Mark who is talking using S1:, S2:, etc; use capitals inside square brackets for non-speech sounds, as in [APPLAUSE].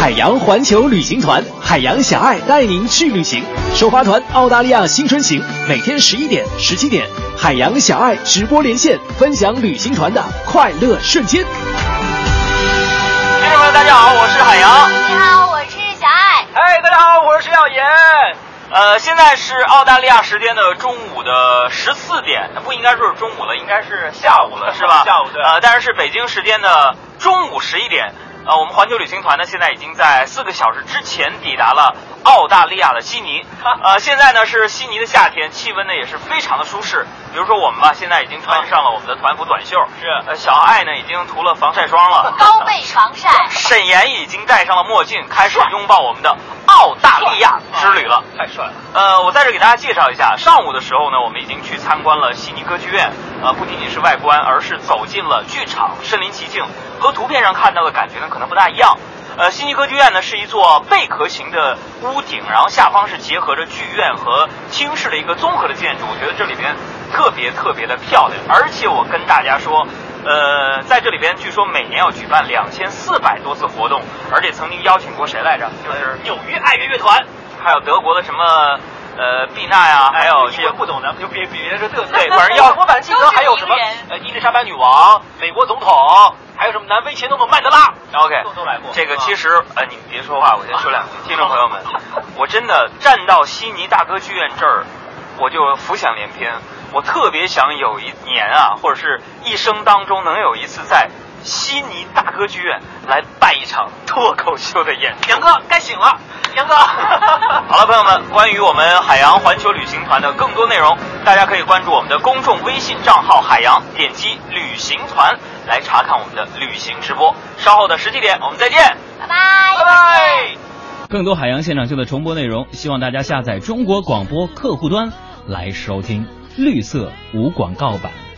S1: 海洋环球旅行团，海洋小爱带您去旅行。首发团澳大利亚新春行，每天十一点、十七点，海洋小爱直播连线，分享旅行团的快乐瞬间。
S2: 听众朋友，大家好，我是海洋。
S3: 你好，我是小爱。
S2: 嗨，大家好，我是石小岩。呃，现在是澳大利亚时间的中午的十四点，不应该说是中午了，应该是下午了，是吧？
S4: 下午对
S2: 呃，但是是北京时间的中午十一点。呃，我们环球旅行团呢，现在已经在四个小时之前抵达了澳大利亚的悉尼。呃，现在呢是悉尼的夏天，气温呢也是非常的舒适。比如说我们吧，现在已经穿上了我们的团服短袖，
S4: 是
S2: 呃，小爱呢已经涂了防晒霜了，
S3: 高倍防晒，
S2: 沈岩已经戴上了墨镜，开始拥抱我们的澳大利亚之旅了。
S4: 太帅了！
S2: 呃，我在这给大家介绍一下，上午的时候呢，我们已经去参观了悉尼歌剧院，呃，不仅仅是外观，而是走进了剧场，身临其境，和图片上看到的感觉呢可能不大一样。呃，悉尼歌剧院呢是一座贝壳形的屋顶，然后下方是结合着剧院和厅室的一个综合的建筑，我觉得这里边特别特别的漂亮。而且我跟大家说，呃，在这里边据说每年要举办两千四百多次活动，而且曾经邀请过谁来着？就是纽约爱乐乐团。还有德国的什么呃毕娜呀，还有
S4: 英
S2: 这些
S4: 文不懂的，就别别这这。
S2: [LAUGHS] 对反正要
S4: 我反正记得还有什么
S3: 都是名人
S4: 呃伊丽莎白女王、美国总统，还有什么南非前总统曼德拉。
S2: OK，
S4: 都都来过。
S2: 这个
S4: 啊
S2: 其实呃，你别说话，我先说两句
S4: 啊，
S2: 听众朋友们，我真的站到悉尼大歌剧院这儿，我就浮想联翩。我特别想有一年啊，或者是一生当中能有一次在悉尼大歌剧院来办一场脱口秀的演出。
S4: 杨哥该醒了，杨哥。
S2: [LAUGHS] 好了，朋友们，关于我们海洋环球旅行团的更多内容，大家可以关注我们的公众微信账号“海洋”，点击“旅行团”来查看我们的旅行直播。稍后的十七点，我们再见，
S3: 拜拜。
S2: 拜拜。
S5: 更多海洋现场秀的重播内容，希望大家下载中国广播客户端来收听绿色无广告版。